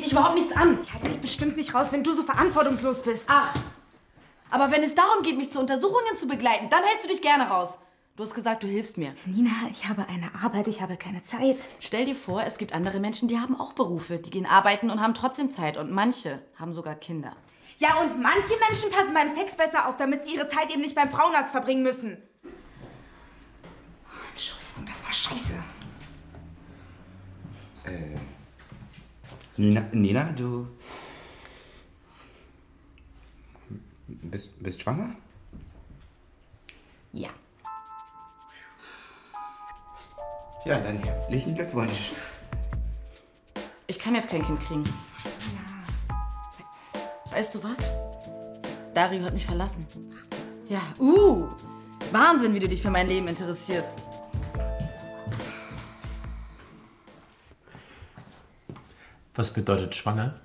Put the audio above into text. dich überhaupt nichts an. Ich halte mich bestimmt nicht raus, wenn du so verantwortungslos bist. Ach, aber wenn es darum geht, mich zu Untersuchungen zu begleiten, dann hältst du dich gerne raus. Du hast gesagt, du hilfst mir. Nina, ich habe eine Arbeit, ich habe keine Zeit. Stell dir vor, es gibt andere Menschen, die haben auch Berufe, die gehen arbeiten und haben trotzdem Zeit und manche haben sogar Kinder. Ja, und manche Menschen passen beim Sex besser auf, damit sie ihre Zeit eben nicht beim Frauenarzt verbringen müssen. Oh, Entschuldigung, das war scheiße. Äh, Nina, Nina, du bist, bist schwanger? Ja. Ja, dann herzlichen Glückwunsch. Ich kann jetzt kein Kind kriegen. Weißt du was? Dario hat mich verlassen. Ja, uh. Wahnsinn, wie du dich für mein Leben interessierst. Was bedeutet schwanger?